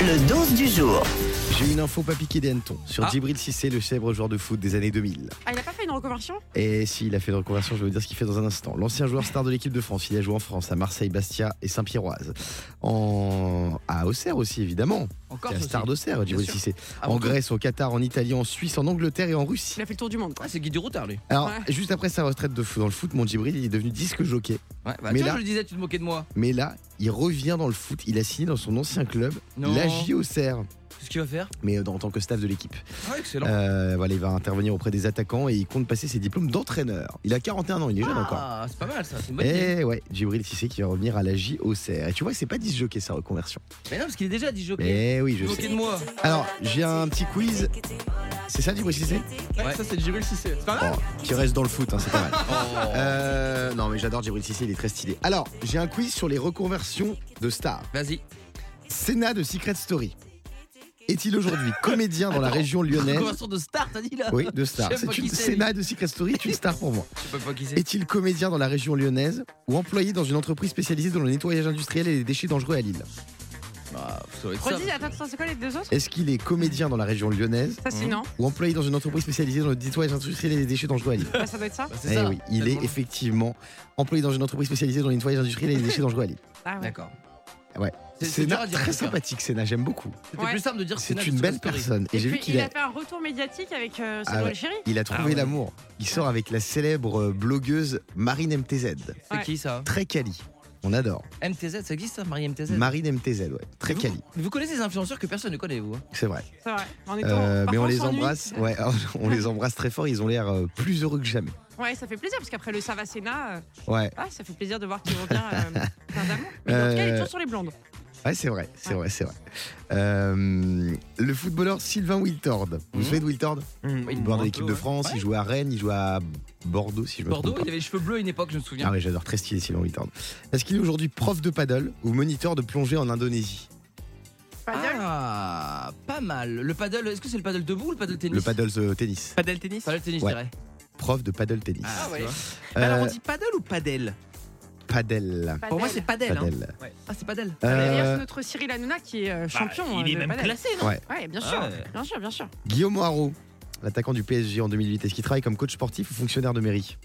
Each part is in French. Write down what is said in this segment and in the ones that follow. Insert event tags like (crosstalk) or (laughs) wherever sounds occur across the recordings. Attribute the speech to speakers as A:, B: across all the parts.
A: Le 12 du jour.
B: J'ai une info pas piquée des hannetons sur
C: Ah.
B: Djibril Cissé, le célèbre joueur de foot des années 2000.
D: Ah, il a pas fait une reconversion
B: Et s'il a fait une reconversion, je vais vous dire ce qu'il fait dans un instant. L'ancien joueur star de l'équipe de France, il a joué en France, à Marseille, Bastia et Saint-Pierroise. En... À Auxerre aussi, évidemment.
C: Encore
B: C'est un
C: ça
B: star
C: aussi.
B: d'Auxerre, Djibril
C: sûr.
B: Cissé.
C: Ah,
B: en
C: beaucoup.
B: Grèce, au Qatar, en Italie, en Suisse, en Angleterre et en Russie.
D: Il a fait le tour du monde, quoi.
C: Ah, c'est Guy du routard lui.
B: Alors,
D: Ouais.
B: juste après sa retraite de foot dans le foot, mon Djibril, il est devenu disque jockey.
C: Ouais, bah,
B: Mais
C: tiens,
B: là-
C: je le disais, tu te moquais de moi.
B: Mais là, il revient dans le foot. Il a signé dans son ancien club,
C: Non.
B: l'AJ Auxerre,
C: Qu'est-ce qu'il va faire
B: mais euh, dans- en tant que staff de l'équipe.
C: Ah, excellent.
B: Euh, voilà, il va intervenir auprès des attaquants et il compte passer ses diplômes d'entraîneur. Il a 41 ans, il est jeune Euh, encore. Eh.
C: ah, c'est pas mal ça, c'est une bonne idée.
B: Et ouais, Djibril Cissé qui va revenir à la J Auxerre. Et tu vois, c'est pas disjockey sa reconversion.
C: Mais non, parce qu'il est déjà dit jockey.
B: Mais oui, Eh, je
C: Vous
B: sais.
C: moquez de moi.
B: Alors, j'ai un petit quiz. C'est ça, Djibril Cissé
C: Ouais.
E: Ça, c'est Jibril Cissé. C'est pas
B: Bon, Qui reste dans le foot, hein, c'est pas mal.
C: Ah. (laughs) Oh.
B: Euh, non, mais j'adore Djibril Cissé, il est très stylé. Alors, j'ai un quiz sur les reconversions de stars. (laughs)
C: Vas-y.
B: Sénat de Secret Story. Est-il aujourd'hui comédien dans la région lyonnaise
C: Conversion de star, t'as dit là
B: Oui, de star.
C: Je sais pas
B: C'est
C: qui
B: une
C: c'est,
B: Sénat de Secret Story, est une star pour moi.
C: Je sais pas qui c'est.
B: Est-il comédien dans la région lyonnaise ou employé dans une entreprise spécialisée dans le nettoyage industriel et les déchets dangereux à Lille
C: Bah, ça va être ça.
D: Redis, attends, attends, c'est quoi les deux autres
B: Est-ce qu'il est comédien dans la région lyonnaise
D: Ça, c'est
C: Mhm.
D: non.
B: ou employé dans une entreprise spécialisée dans le nettoyage industriel et les déchets dangereux à Lille
D: Ah, ça
B: (laughs)
D: doit être ça.
C: Bah, c'est
B: Eh
C: ça.
B: oui, il est
C: Tellement.
B: effectivement employé dans une entreprise spécialisée dans le nettoyage industriel et les déchets dangereux à Lille.
D: Ah, ouais.
C: D'accord.
B: Ouais.
C: C'est- C'est dur
B: Sénat,
C: à dire. en
B: très
C: tout cas.
B: sympathique, Sénat, j'aime beaucoup.
C: C'était
D: Ouais.
C: plus simple de dire Sénat
B: C'est une
C: sur
B: belle
C: Story.
B: personne. Et,
D: Et
B: j'ai vu
D: puis,
B: qu'il
D: il a
B: a, Ah
D: fait un retour médiatique avec euh, Salomé
B: ouais.
D: le Chéri.
B: il a trouvé
C: Ah ouais.
B: l'amour. Il sort avec la célèbre euh, blogueuse Marine MTZ.
C: C'est
D: Ouais.
C: qui ça
B: Très quali. On adore.
C: MTZ, ça existe ça Marie MTZ
B: Marine MTZ, ouais. Très
C: Vous-
B: quali.
C: Mais vous connaissez des influenceurs que personne ne connaît, vous hein
B: C'est vrai.
D: C'est vrai. On est
B: Euh,
D: en-
B: mais on
D: parfois,
B: les
D: s'ennuie.
B: embrasse, ouais, (laughs) on les embrasse très fort. Ils ont l'air euh, plus heureux que jamais.
D: Ouais, ça fait plaisir parce qu'après le Savasena, euh,
B: Ouais,
D: ah, ça fait plaisir de voir qu'il revient
B: (laughs)
D: euh, plein d'amour. Mais En tout cas, il
B: Euh,
D: est toujours sur les blondes.
B: ouais, c'est vrai, c'est vrai, c'est vrai. Euh, le footballeur Sylvain Wiltord. Vous vous
C: Mhm.
B: souvenez de Wiltord
C: Oui,
B: Il jouait dans
C: un
B: l'équipe
C: peu,
B: de
C: ouais.
B: France.
C: Ouais.
B: Il jouait à Rennes. Il jouait à Bordeaux, si je me
C: Bordeaux,
B: trompe
C: il avait les cheveux bleus à une époque, je me
B: pas. Ah
C: souviens.
B: ouais, j'adore, très stylé Sylvain Wiltord. Est-ce qu'il est aujourd'hui prof de paddle ou moniteur de plongée en Indonésie
C: Ah, pas mal. Le paddle, est-ce que c'est le paddle debout ou le paddle tennis
B: Le paddle euh, tennis.
E: Padel tennis
C: Paddle tennis,
B: Ouais.
C: je dirais.
B: Prof de paddle tennis.
C: Ah, ouais.
E: Alors, on
B: Euh,
E: dit padel ou padel
B: paddle.
C: Pour moi, c'est padel. Hein.
B: Paddle.
C: Ah, c'est padel.
B: Euh,
D: D'ailleurs, notre Cyril Hanouna qui est euh, champion.
E: il
D: euh,
E: est
D: de
E: même
D: padel.
E: classé,
B: non
E: non
B: Ouais.
D: Ouais, bien sûr.
C: Ah ouais.
D: Bien sûr, bien sûr.
B: Guillaume Haro, l'attaquant du PSG en 2008. Est-ce qu'il travaille comme coach sportif ou fonctionnaire de mairie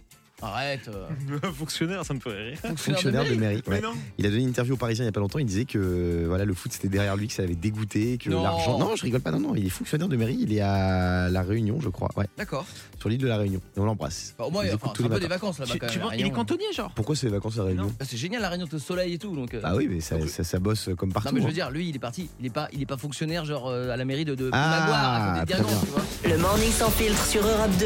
C: Arrête.
B: (laughs)
C: euh,
E: (laughs) Fonctionnaire, ça me fait rire.
B: fonctionnaire de mairie. ouais.
E: Mais non.
B: Il a donné une interview au Parisien il y a pas longtemps. Il disait que euh, voilà le foot c'était derrière lui, que ça l'avait dégoûté, que
C: Non.
B: l'argent. Non, je rigole pas. Non, non, il est fonctionnaire de mairie. Il est à la Réunion, je crois. Ouais,
C: D'accord.
B: sur l'île de la Réunion. Et on l'embrasse.
C: Bah, au moins,
B: Il
C: il y a-
B: écoute
C: enfin,
B: tous
C: c'est un
B: les
C: peu des vacances là-bas
E: Tu-
C: quand
E: tu
C: même.
E: vois,
C: à
E: il est
C: Réunion.
E: cantonnier, genre.
B: Pourquoi c'est les vacances à la Réunion
E: Non.
C: Ah, C'est génial la réunion de soleil et tout. Donc, euh,
B: Bah oui, mais ça,
C: Donc,
B: ça, ça bosse comme partout.
C: Non mais je veux
B: hein.
C: dire, lui il est parti, il est pas, il est pas fonctionnaire genre euh, à la mairie de, de
B: Ah,
C: Magoire, à côté de
B: très
C: Guingamp,
B: bien.
C: tu vois.
A: Le morning sans filtre sur Europe 2.